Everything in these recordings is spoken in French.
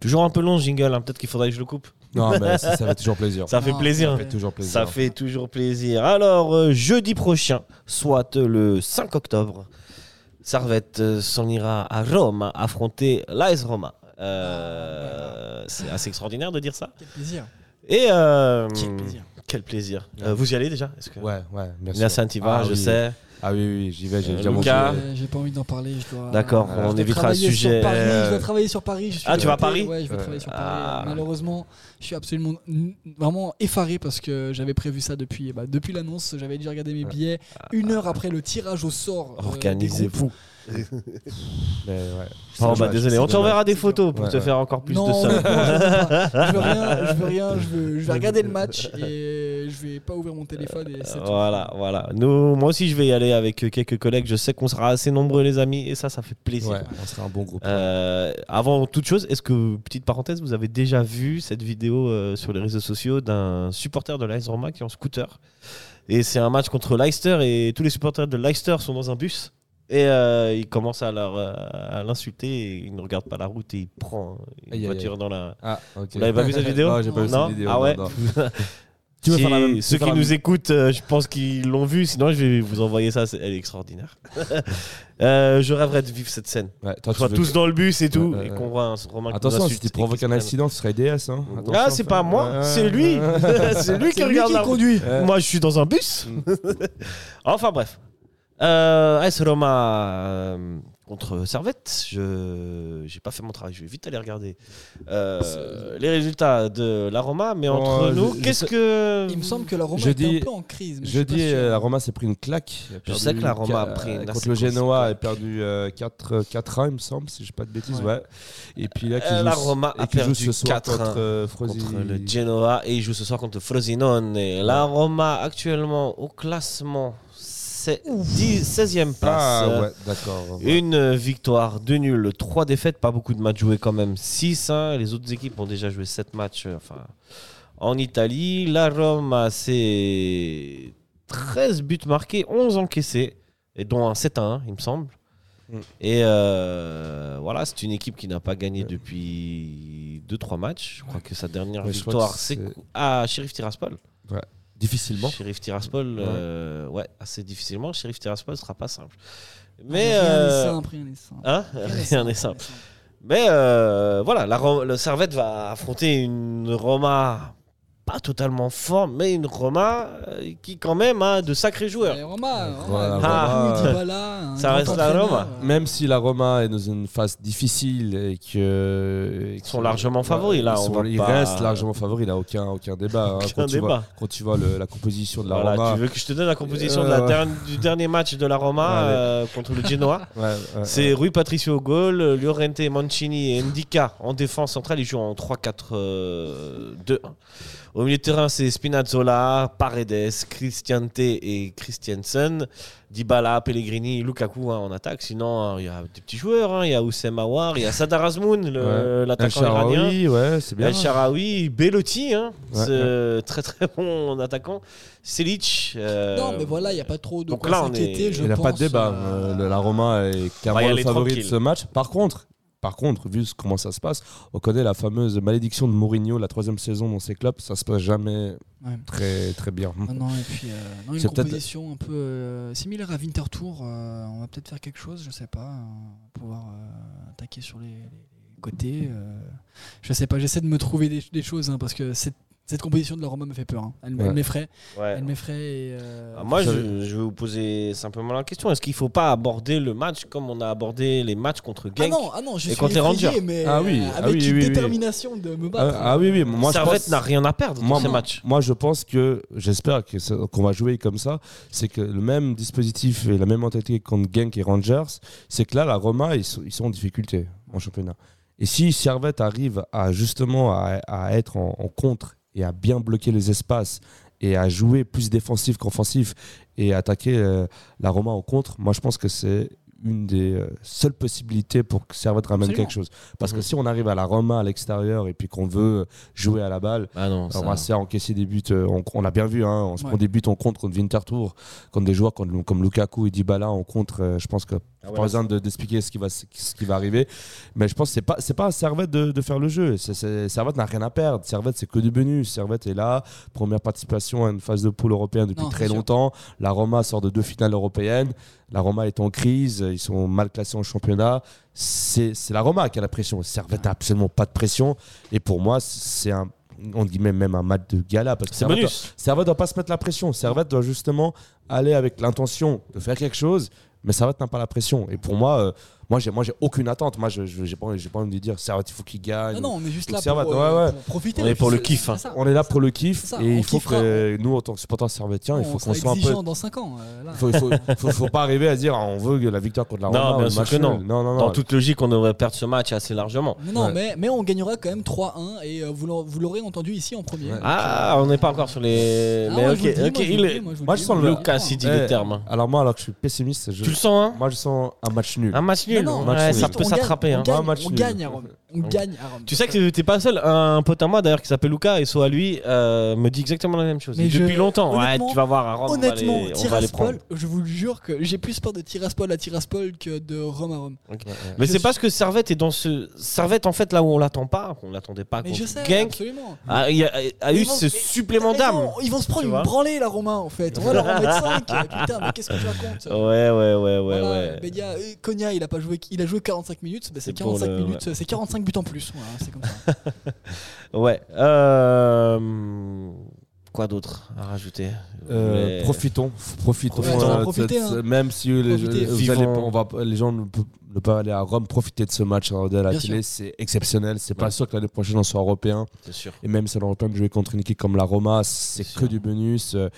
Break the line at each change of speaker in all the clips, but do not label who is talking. toujours un peu long ce jingle, hein. peut-être qu'il faudrait que je le coupe.
Non, mais ça, ça fait toujours plaisir.
Ça fait
Non.
plaisir.
Ça fait toujours plaisir.
Ça fait toujours plaisir. Alors, euh, jeudi prochain, soit le 5 octobre, Servette euh, s'en ira à Rome affronter l'AS Roma. Euh,
Ah,
C'est assez extraordinaire de dire ça.
Quel plaisir.
Et euh,
Quel plaisir.
quel plaisir. Euh, vous y allez déjà Est-ce que...
Ouais, ouais, bien sûr.
Nassan, t'y vas,
Ah
je
oui.
sais.
Ah oui, oui, j'y vais, j'ai
Euh,
déjà mangé.
Lucas.
Euh, J'ai pas envie d'en parler. Je dois.
D'accord,
je
on
dois
évitera
travailler
le sujet.
sur Paris,
Euh,
Je dois travailler sur Paris. je suis
Ah, tu vas à
dégoûté.
Paris
Ouais, je vais
Euh,
travailler sur
ah.
Paris. Malheureusement, je suis absolument n- vraiment effaré parce que j'avais prévu ça depuis eh ben, depuis l'annonce. J'avais déjà regardé mes billets une heure après le tirage au sort. euh, des groupes.
Ah, Organisez-vous.
Mais ouais. C'est
Oh, bah,
dommage,
désolé,
c'est
on t'enverra
dommage.
des photos pour
Ouais,
te
ouais.
faire encore plus
non,
de ça.
honnêtement, je veux pas. je veux rien, je veux rien, je veux, je vais regarder le match et je vais pas ouvrir mon téléphone et c'est tout.
Euh, Voilà, voilà. Nous, moi aussi, je vais y aller avec euh, quelques collègues. Je sais qu'on sera assez nombreux, les amis, et ça, ça fait plaisir.
Ouais, on sera un bon groupe.
Euh, avant toute chose, est-ce que, petite parenthèse, vous avez déjà vu cette vidéo euh, sur les réseaux sociaux d'un supporter de l'AS Roma qui est en scooter Et c'est un match contre Leicester et tous les supporters de Leicester sont dans un bus. Et euh, il commence à leur, euh, à l'insulter et il ne regarde pas la route et il prend une
Aïe, aïe,
voiture dans la...
Ah, ok.
Vous l'avez pas vu cette vidéo
Non, j'ai pas vu
Non
cette vidéo.
Ah ouais
non, non.
Si-
Tu veux faire la même- tu veux
Ceux
faire
qui
la
nous
même-
écoutent, euh, je pense qu'ils l'ont vu, sinon je vais vous envoyer ça, c'est- elle est extraordinaire. Euh, je rêverais de vivre cette scène.
Ouais, toi, Ah, tu
Soit
veux-
tous dans le bus et tout,
Ouais, ouais,
et
ouais.
qu'on voit un Romain qui nous
Attention, si
insulte
tu
et
provoques
qui se
un
traîne.
accident, ce serait DS. Hein.
Ah,
Attention,
c'est
fais-
pas moi,
Ouais.
c'est lui. c'est lui qui
C'est lui
regarde
qui
la
conduit.
Ouais. Mm.
Moi, je suis dans un bus. enfin, bref. Euh, AS Roma euh, contre Servette. Je j'ai pas fait mon travail. Je vais vite aller regarder euh, les résultats de la Roma. Mais
Bon,
entre
euh, je-
nous,
je
qu'est-ce
sais-
que
Il me semble que la Roma
Je
était
dis-
un peu en crise. mais je suis
Jeudi,
pas sûr.
euh, la Roma s'est pris une claque. Elle a
Je
perdu
sais que la Roma a
ca-
pris une assez
Contre le
grosse
Genoa, elle a
claque.
perdu euh, 4, 4 1, il me semble, si je ne pas de bêtises.
Ouais.
Ouais. Et puis là, qui
Euh,
joue,
la
ce-
Roma
et
a
qui joue
perdu
ce soir
4-1
contre, euh, Frosinone.
contre le Genoa et il joue ce soir contre Frosinone. Et La Roma actuellement au classement c'est 10 16e place.
Ah
Euh,
ouais, d'accord. ouais.
Une victoire, deux nuls, trois défaites, pas beaucoup de matchs joués quand même, 6. Les autres équipes ont déjà joué 7 matchs euh, enfin, en Italie. La Roma, c'est 13 buts marqués, 11 encaissés, et dont un 7 à 1, il me semble.
Mm.
Et euh, voilà, c'est une équipe qui n'a pas gagné depuis 2-3 matchs. Je crois que sa dernière
Ouais, je crois
victoire,
que
c'est
c'est-
à Sheriff Tiraspol.
Difficilement.
Sheriff Tiraspol, euh, ouais, assez difficilement. Sheriff Tiraspol sera pas simple.
Ah,
Mais.
Rien n'est
euh,
simple, rien n'est simple.
Hein Rien n'est simple. Mais euh, voilà, la, Ro- le Servette va affronter une Roma pas totalement forte, mais une Roma euh, qui quand même a de sacrés joueurs.
Et Roma, hein. Roma,
Voilà,
Roma,
Roma.
Dybala, un
Ça
grand
reste la
entraîneur,
Roma.
euh,
Même si la Roma est dans une phase difficile et que. et
Ils sont
que-
largement favoris, là,
Ils,
on
sont-
va
ils
pas-
restent largement favoris, là, aucun, aucun débat. hein.
Aucun
quand, Tu
débat.
vois, quand tu vois le- la composition de la
Voilà,
Roma.
tu veux que je te donne la composition de la
Euh,
dernière- du dernier match de la Roma
Ouais, ouais.
euh, contre le Genoa
Ouais, ouais,
C'est Rui Patricio au goal, euh, Llorente, Mancini et Ndika en défense centrale. Ils jouent en 3-4-2-1. Au milieu de terrain, c'est Spinazzola, Paredes, Christiante et Christiansen. Dybala, Pellegrini, Lukaku hein, en attaque. Sinon, hein, il y a des petts joueurs. hein. Il y a Oussem Aouar, il y a Sadar Azmoun, le-
El
l'attaquant iranien.
Shaarawy, ouais, c'est bien. hein.
El Sharawi, Bellotti, hein,
Ouais,
ce très très bon attaquant. Selic. euh,
Non, mais voilà, il n'y a pas trop de
Donc
quoi
là, on
s'inquiéter,
est-
je
Il n'y a pas
pense,
de débat.
euh,
Euh, le- la Roma est
va y
clairement le
aller
favori
tranquille.
de ce match. Par contre, par contre, vu ce- comment ça se passe, on connaît la fameuse malédiction de Mourinho, la troisième saison dans ses clubs. Ça se passe jamais
ouais.
très, très bien.
Ah non, et puis euh, non, une
C'est peut-être-
composition un peu euh, similaire à Wintertour. euh, on va peut-être faire quelque chose, je sais pas. euh, pouvoir euh, attaquer sur les, les côtés. euh, je sais pas, j'essaie de me trouver des, des choses hein, parce que cette, cette composition de la Roma me fait peur. hein. Elle,
Ouais.
elle m'effraie.
ouais.
Elle m'effraie. et, euh,
Ah, moi,
Ça-
je, je vais vous poser simplement la question. Est-ce qu'il ne faut pas aborder le match comme on a abordé les matchs contre
Ah
Genk
non, ah non, je
Et
suis
contre les
effrayé,
Rangers.
mais
Ah oui,
euh,
ah
avec
oui,
une
oui, oui.
détermination de me
Ah,
battre.
ah oui, oui, moi je
Servette
pense-
n'a rien à perdre
Moi,
dans ces matchs.
Moi, je pense que, j'espère que ça- qu'on va jouer comme ça, c'est que le même dispositif et la même mentalité contre Genk et Rangers, c'est que là, la Roma, ils sont, ils sont en difficulté en championnat. Et si Servette arrive à justement à, à être en, en contre et à bien bloquer les espaces et à jouer plus défensif qu'offensif et à attaquer euh, la Roma en contre, moi je pense que c'est une des euh, seules possibilités pour que Servette ramène
Absolument.
quelque chose. Parce que
Mhm.
si on arrive à la Roma à l'extérieur et puis qu'on veut jouer à la balle,
Ah non,
on va se faire encaisser des buts. euh, On, on l'a bien vu, hein, on se
Ouais.
prend des buts en contre contre Winterthur, contre des joueurs comme, comme Lukaku et Dybala en contre. euh, je pense que
Ah ouais,
pas besoin de- d'expliquer ce qui va ce qui va arriver mais je pense que c'est pas c'est pas à Servette de, de faire le jeu C'est- c'est- Servette n'a rien à perdre Servette c'est que du bonus Servette est là première participation à une phase de poule européenne depuis
Non,
très
c'est sûr.
longtemps la Roma sort de deux finales européennes la Roma est en crise ils sont mal classés en championnat c'est c'est la Roma qui a la pression Servette n'a absolument pas de pression et pour moi c'est un on dit même même un match de gala parce que
C'est
Servette a-
bonus.
Servette doit pas se mettre la pression. Servette doit justement aller avec l'intention de faire quelque chose, mais Servette n'a pas la pression. Et pour moi, euh, moi j'ai moi j'ai aucune attente. Moi je je- j'ai pas j'ai pas envie de dire Servette il faut qu'il gagne.
ah,
Non, Ah non, on est juste
Donc,
là
ça
pour,
va,
euh,
ouais, ouais.
pour profiter.
On est pour le
C'est-
kiff, hein.
c'est ça.
On est là pour le kiff
C'est ça,
et
on
il faut
kiffera.
que nous en tant que supporters
hein.
servettiens, il
On
faut qu'on
sera
soit un peu
exigeant dans 5 ans. euh, là.
faut, faut, faut, faut pas arriver à dire ah, on veut que la victoire contre la
Non,
Roma
bien
ou le
sûr
match
que
nul.
non.
non non non.
Dans toute logique, on devrait perdre ce match assez largement.
Mais non,
Ouais.
mais, mais on gagnera quand même 3-1 et euh, vous l'aurez- vous l'aurez entendu ici en premier.
Ouais.
Ah, on n'est pas encore sur les.
Ah,
Mais
moi,
ok,
je vous le dis,
ok.
moi, je vous
il
le
est-
dis, moi, je vous
Moi,
le
je
dis,
sens
moi,
le
je
Lucas, il dit
Ouais.
les termes.
Alors moi alors que je suis pessimiste, je-
Tu le Hein sens, hein
moi je sens un match nul.
Un match nul.
Non, non,
Ouais,
match
ça
nul.
peut
on
s'attraper.
gagne,
hein.
On gagne,
Un match
on
nul.
gagne à Rome. On
Ouais.
gagne à Rome.
Tu sais que t'es pas seul. Un pote à moi d'ailleurs qui s'appelle Luca et soit lui euh, me dit exactement la même chose.
Mais
Et
je-
Depuis longtemps. Ouais,
honnêtement-
tu vas voir à Rome. on va les-
Honnêtement,
on va les prendre.
Tiraspol, je vous le jure que j'ai plus peur de Tiraspol à Tiraspol que de Rome à Rome.
Mais
Je
c'est
suis-
parce que Servette est dans ce Servette en fait là où on l'attend pas, on l'attendait pas.
Mais
contre
je sais,
Genk
absolument.
a, il y a- a eu
Ils vont-
ce
mais
supplément
T'as
d'âme.
raison, Ils vont se prendre
Tu
une
vois
branlée, la Romain, en fait. On va leur en mettre 5. Putain, mais qu'est-ce que tu racontes
Ouais, ouais, Oh, ouais, ouais,
Voilà,
ouais.
Bedia, euh, Konya, il a pas joué, il a joué 45 minutes, bah, c'est
C'est pour
45
le-
minutes, c'est 45 buts en plus, voilà, c'est comme ça.
Ouais. euh, Quoi d'autre à rajouter
Euh,
Mais-
Profitons, f- profitons.
Profitons.
euh,
Profitez,
de- de-
hein.
Même si les,
Profitez.
vous allez pas-
Vivons.
on va, pas- les gens ne peuvent ne peuvent pas aller à Rome, profiter de ce match à la
Bien
télé, c'est exceptionnel. C'est pas
Ouais.
sûr que l'année prochaine on soit européen.
C'est sûr.
Et même si on est européen, de jouer contre une équipe comme la Roma, c'est
Sûr.
que du bonus. Euh,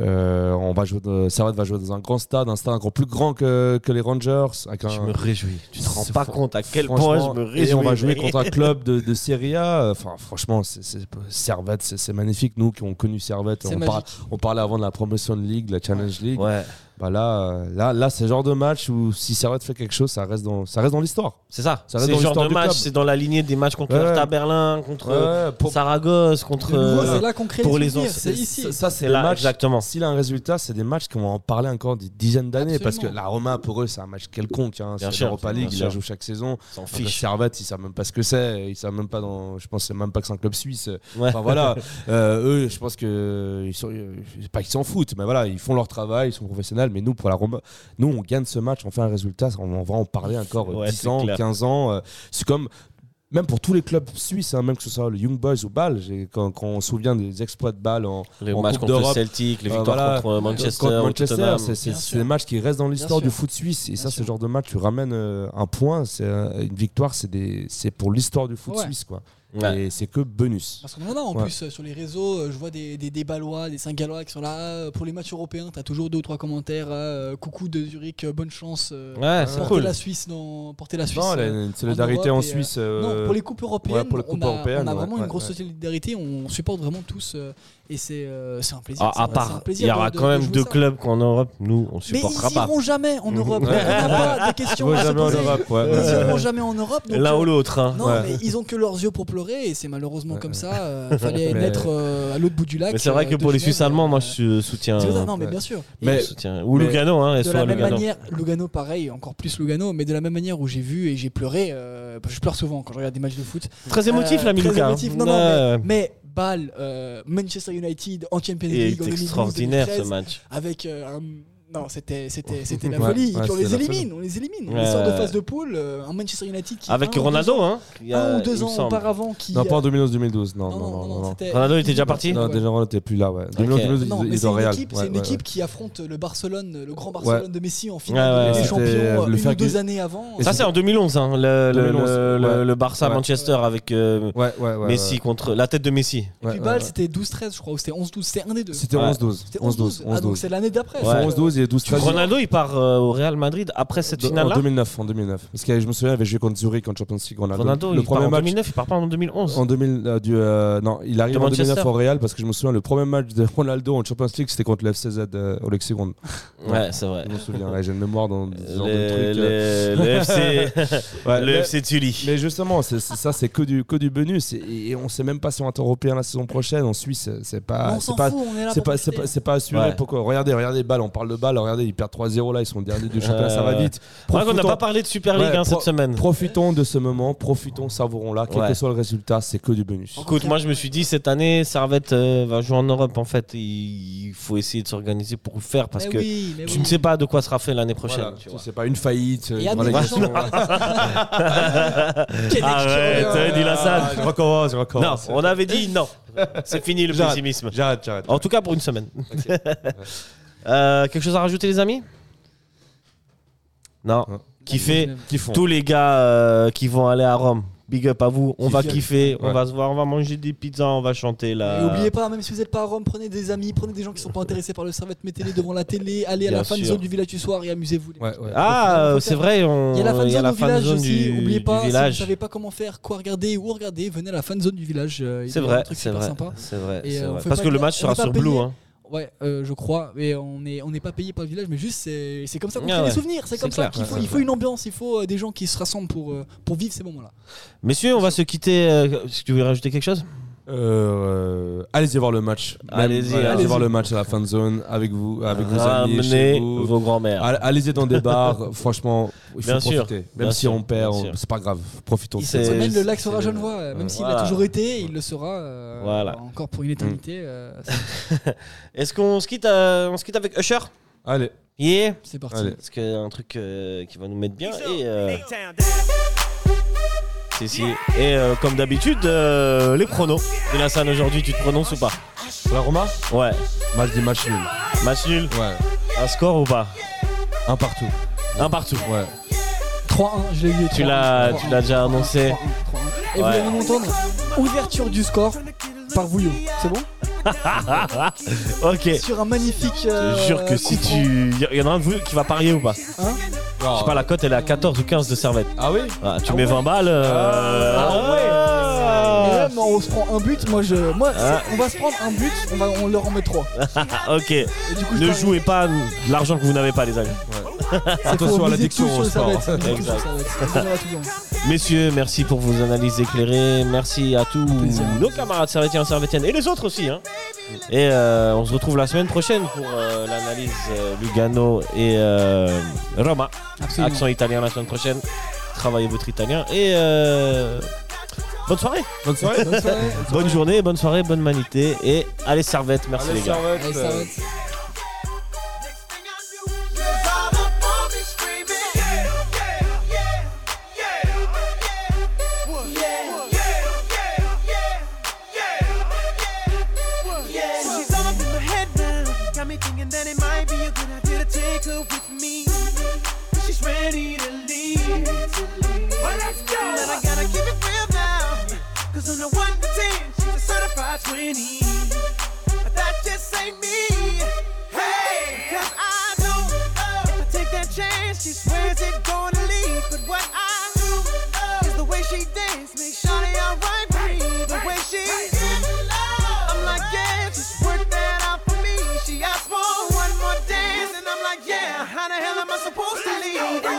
euh, on va jouer, dans- Servette va jouer dans un grand stade, un stade encore plus grand que, que les Rangers. avec
Je
un-
me réjouis. Tu te rends
C'est
pas
fran-
compte à quel point
Franchement,
je me réjouis.
et on va jouer
mais-
contre un club de, de Serie A. Enfin, franchement, c'est- c'est- Servette, c'est c'est magnifique. Nous qui avons connu Servette,
C'est
on, par- on parlait avant de la Promotion League, la Challenge League.
Ouais.
Bah là, euh, là, là c'est le genre de match où si Servette fait quelque chose, ça reste dans, ça reste dans l'histoire.
C'est ça. C'est
Ça reste dans
le genre
l'histoire
de
du
match.
club.
C'est dans la lignée des matchs contre
Ouais.
Hertha Berlin, contre
Ouais, pour-
Saragosse, contre.
De nouveau,
euh,
c'est là qu'on crée
pour
les
les
souvenirs,
anciens-
c'est ici.
ça, ça, c'est
C'est
le
là,
match.
exactement.
S'il a un résultat, c'est des matchs qu'on va en parler encore des dizaines d'années parce que
Absolument.
la Roma pour eux, c'est un match quelconque. Hein.
Bien
C'est
sûr,
l'Europa
bien
League, ils la
sûr.
jouent chaque saison.
S'en
Enfin,
fiche.
Ah, bah, Servette, ils savent même pas ce que c'est. Ils savent même pas dans. Je pense même pas que c'est un club suisse.
Ouais.
Enfin voilà, Euh, eux, je pense que ils sont, euh, c'est pas qu'ils s'en foutent, mais voilà, ils font leur travail, ils sont professionnels. Mais nous, pour la Roma, nous, on gagne ce match, on fait un résultat, on, on va en parler encore euh,
Ouais,
10
c'est
ans,
clair.
15 ans. euh, c'est comme même pour tous les clubs suisses, hein, même que ce soit le Young Boys ou Bâle, j'ai- quand, quand on se souvient des exploits de Bâle en,
Les
en
matchs
Coupe
contre le
d'Europe,
Celtic, les
euh,
victoires
voilà,
contre Manchester,
contre
ou
Manchester,
Tottenham.
c'est- c'est
Bien
c'est
sûr.
des matchs qui restent dans l'histoire
sûr.
du foot suisse. Et ça, ce
sûr.
genre de match, tu ramènes euh, un point, c'est euh, une victoire, c'est des- c'est pour l'histoire du foot
Ouais.
suisse, quoi.
Ouais.
Et c'est que bonus.
Parce qu'on en a en
Ouais.
plus euh, sur les réseaux, euh, je vois des, des, des Balois, des Saint-Gallois qui sont là. euh, Pour les matchs européens, t'as toujours deux ou trois commentaires. euh, coucou de Zurich, euh, bonne chance. euh,
Ouais,
c'est
c'est
portez
cool.
la Suisse dans. Portez la Suisse.
Non,
euh,
une solidarité
Europe
en,
et, euh,
Suisse.
Non,
euh,
pour les coupes européennes,
ouais, pour les coupes
on, a,
européennes,
on a
ouais,
vraiment
ouais,
une grosse
ouais.
solidarité, on supporte vraiment tous euh, et c'est euh, c'est un plaisir.
Ah,
c'est
à
un- c'est un
part, il
plaisir
y
de-
aura
de-
quand
de
même
jouer
deux
ça.
clubs qu'en Europe, nous, on
Mais
supportera
ils
pas.
iront jamais en Europe.
Mhm.
on n'a pas de questions
Ouais,
à se
jamais en
poser.
Europe, ouais, ouais,
Ils iront
Euh.
ouais.
jamais en Europe. donc,
L'un
euh,
ou l'autre. hein.
Non,
Ouais.
mais ils ont que leurs yeux pour pleurer et c'est malheureusement
Ouais,
comme
ouais.
ça. euh, fallait
Mais-
naître euh, à l'autre bout du lac.
Mais c'est vrai
euh,
que
de
pour les
Genève,
Suisses allemands, moi,
euh,
je soutiens.
c'est ça, non, mais
ouais.
bien sûr.
je
Mais-
soutiens- Ou
mais-
Lugano, hein,
De la
SOA
même
Lugano.
manière, Lugano, pareil, encore plus Lugano, mais de la même manière où j'ai vu et j'ai pleuré, euh, je pleure souvent quand je regarde des matchs de foot,
Très émotif,
Euh,
l'ami
très
Lucas.
émotif.
hein.
Non, non,
Ouais.
mais, mais Bâle, euh, Manchester United en Champions
Il
League en
est
2012,
extraordinaire ce
2013,
match.
Avec euh, un- Non, c'était c'était- c'était la
Ouais,
folie. Et
ouais,
puis on
c'était
les
la folie.
élimine, on les élimine. On
Ouais.
les sort de phase de poule. euh, un Manchester United qui.
Avec
un ou deux
Ronaldo,
ans-
hein. il y a-
Un ou
il
deux
me
ans
semble.
auparavant qui.
Non, pas en
euh,
2011-2012. Non, non, non. non, non.
Ronaldo était déjà parti
Non,
Ouais.
déjà, on n'était plus là. Ouais. 2011-2012,
Non,
ils
mais
étaient
c'est
au
une
Real.
équipe, c'est
Ouais,
une
ouais,
équipe qui affronte le Barcelone, le grand Barcelone de Messi en finale
Ouais, ouais,
des
ouais.
Champions
C'était, euh,
euh,
le
une ou
fait
deux
que-
années avant.
Ça, c'est en 2011, hein, le, le-
2011,
le- le-
ouais.
le Barça
Ouais.
Manchester avec euh,
ouais. Ouais, ouais, ouais,
Messi
ouais.
contre la tête de Messi.
Et puis
Ouais,
Bâle,
ouais.
c'était 12-13, je crois, ou c'était 11-12, c'était un des deux.
C'était
Ouais.
11-12.
C'était
11-12.
11-12. Ah, donc c'est l'année d'après.
Ouais.
ça.
11-12 et
Tu-
12-13.
Ronaldo, il part euh, au Real Madrid après cette
En
finale-là.
2009, en 2009. Parce que je me souviens, il avait joué contre Zurich en Champions League. Ronaldo,
Ronaldo,
le
il part
premier
en
match
2009, il part pas en 2011.
En 2000, euh, du, euh, non, il arrive
De
en 2009
Manchester.
au Real parce que je me souviens, le premier match de Ronaldo en Champions League, c'était contre le FCZ euh, au Lexicon.
Ouais, c'est vrai.
Je me souviens, ouais, j'ai une mémoire dans ce genre de
Le,
trucs, euh.
le- le FC,
Ouais,
le
mais-
FC Tully.
Mais justement, c'est- c'est- ça c'est que du que du bonus et, et on sait même pas si on est européen la saison prochaine en Suisse, c'est
Mais
pas
on
Ah, c'est
s'en
pas
fout, on est là
c'est
pour
pas c'est
profiter.
pas, c'est pas assuré
Ouais.
pourquoi regardez regardez balle on parle de balle là, regardez, ils perdent 3-0 là, ils sont derniers du championnat,
Euh,
ça va vite.
Remarque, on n'a
Profitons-
pas parlé de Super League
Ouais,
hein,
pro-
cette semaine.
Profitons de ce moment, profitons, savourons-la. Quel
Ouais.
que soit le résultat, c'est que du bonus.
Écoute, moi je me suis dit cette année, Servette euh, va jouer en Europe en fait. Il il faut essayer de s'organiser pour le faire parce que tu ne sais pas de quoi sera fait l'année prochaine.
Voilà,
tu
tu
vois.
sais, C'est pas une faillite, une
y a des
relégation.
gens- hein. Quel
Arrête,
extraordinaire.
Edil Hassan.
Ah, Je recommence, je
Non,
recommence.
on avait dit non. C'est fini le
J'arrête.
pessimisme.
J'arrête, j'arrête.
En tout cas pour une semaine.
Ok.
Euh, quelque chose à rajouter les amis Non.
Non.
Qui fait
Kiffons.
tous les gars euh, qui vont aller à Rome. Big up à vous. On
Qui
va
fait-
kiffer, on
Ouais.
va se voir, on va manger des pizzas, on va chanter
Et
là.
oubliez pas, même si vous n'êtes pas à Rome, prenez des amis, prenez des gens qui sont pas intéressés par le servette, mettez-les devant la télé, allez à
Bien
la fan
sûr.
zone du village du soir et amusez-vous. les
Ouais, ouais.
Ah, euh, c'est vrai, on...
Il y a la fan zone au
fan
village
zone
aussi.
du,
Oubliez
du
pas, si vous ne
village.
savez pas comment faire, quoi regarder, où regarder, venez à la fan zone du village. euh, il
C'est
y a
vrai,
un truc
c'est
super
vrai,
sympa.
c'est vrai.
Et,
c'est
euh, on
vrai.
fait
Parce
pas
que le
de-
match
on
sera
va pas
sur Blue.
payer.
Hein.
Ouais, euh, je crois. Et on n'est on n'est pas payé par le village, mais juste c'est c'est comme ça qu'on
Ah
crée
ouais,
des souvenirs. C'est
c'est
comme
clair,
ça qu'il
ouais,
faut,
c'est
il faut une ambiance, il faut euh, des gens qui se rassemblent pour, euh, pour vivre ces moments-là.
Messieurs, on va se quitter. euh, Est-ce que tu voulais rajouter quelque chose
Euh, allez-y voir le match. Même-
Allez-y,
voilà,
allez-y.
voir le match à la fin de zone avec vous, avec vos amis, chez
Ramenez
vous. Ah.
vos grands-mères.
Allez- Allez-y dans des bars. Franchement, il faut
Bien sûr,
profiter. Même
bien
si
sûr,
on perd,
bien
on-
sûr.
c'est pas grave. Profitons. de
Il
ça.
s'est- Euh,
Même le lac
c'est
sera
le-
genevois, euh, même
euh,
s'il
voilà.
a toujours été, il le sera euh,
Voilà. Mm.
encore pour une éternité. euh, c'est-
Est-ce qu'on se quitte euh, On se quitte avec Usher
Allez.
Yeah
c'est parti.
Allez.
Parce qu'il y a un truc euh, qui va nous mettre bien. Et, euh,
Nighttown,
c'est- c'est- et euh, comme d'habitude, euh, les pronos. Et la scène aujourd'hui, tu te prononces ou pas
La Roma
Ouais.
Match des matchs nuls.
Match nul,
Ouais.
un score ou pas
Un partout.
Un partout.
Ouais.
3-1, je l'ai eu.
Tu
3-1,
l'as- tu
3-1,
l'as déjà
3-1,
annoncé.
3-1, 3-1. Et vous
Ouais.
allez m'entendre Ouverture du score par Vouillot, c'est bon
Ok. Je
Sur un magnifique. euh,
te jure que si
coup franc.
tu. Il y en a un de vous qui va parier ou pas Je
Hein
sais pas, la cote elle est à 14 ou 15 de servette.
Ah oui
Ah, tu mets 20 balles. euh,
Et
ah,
même on se prend un but, moi je. Moi,
Ah.
c'est- on va se prendre un but, on, va, on leur en met trois.
ah, ok.
Et du coup, je
Ne
parie.
jouez pas de l'argent que vous n'avez pas, les amis.
C'est
Attention
faux,
à
misez
l'addiction
tout sur
au
le
sport.
Servette, misez tout sur le Servette. On verra tout bien.
Messieurs, merci pour vos analyses éclairées. Merci à tous
plaisir.
nos camarades servétiens, servétiennes et les autres aussi. hein. Et euh, on se retrouve la semaine prochaine pour euh, l'analyse euh, Lugano et euh, Roma.
Absolument.
Accent italien la semaine prochaine. Travaillez votre italien et euh, bonne soirée,
Bonne soirée.
Bonne soirée.
bonne journée, bonne soirée, bonne manité et allez servette. Merci
Allez,
les gars.
Servette.
Allez, Servette.
Next thing I knew, was all up on me screaming. Yeah, yeah, yeah, yeah, yeah, yeah, yeah, yeah. She's all up in my head now, got me thinking that it might be a good idea to take her with me. But she's ready to leave. Well, let's go. But I gotta keep it real now, 'cause on the one to ten, she's a certified twenty. But that just ain't me. Hey, cause I know uh, if I take that chance, she swears it's gonna leave. But what I do uh, is the way she dance makes Shawty alright with me. The way she I'm like, yeah, just work that out for me. She asked for one more dance, and I'm like, yeah, how the hell am I supposed to leave?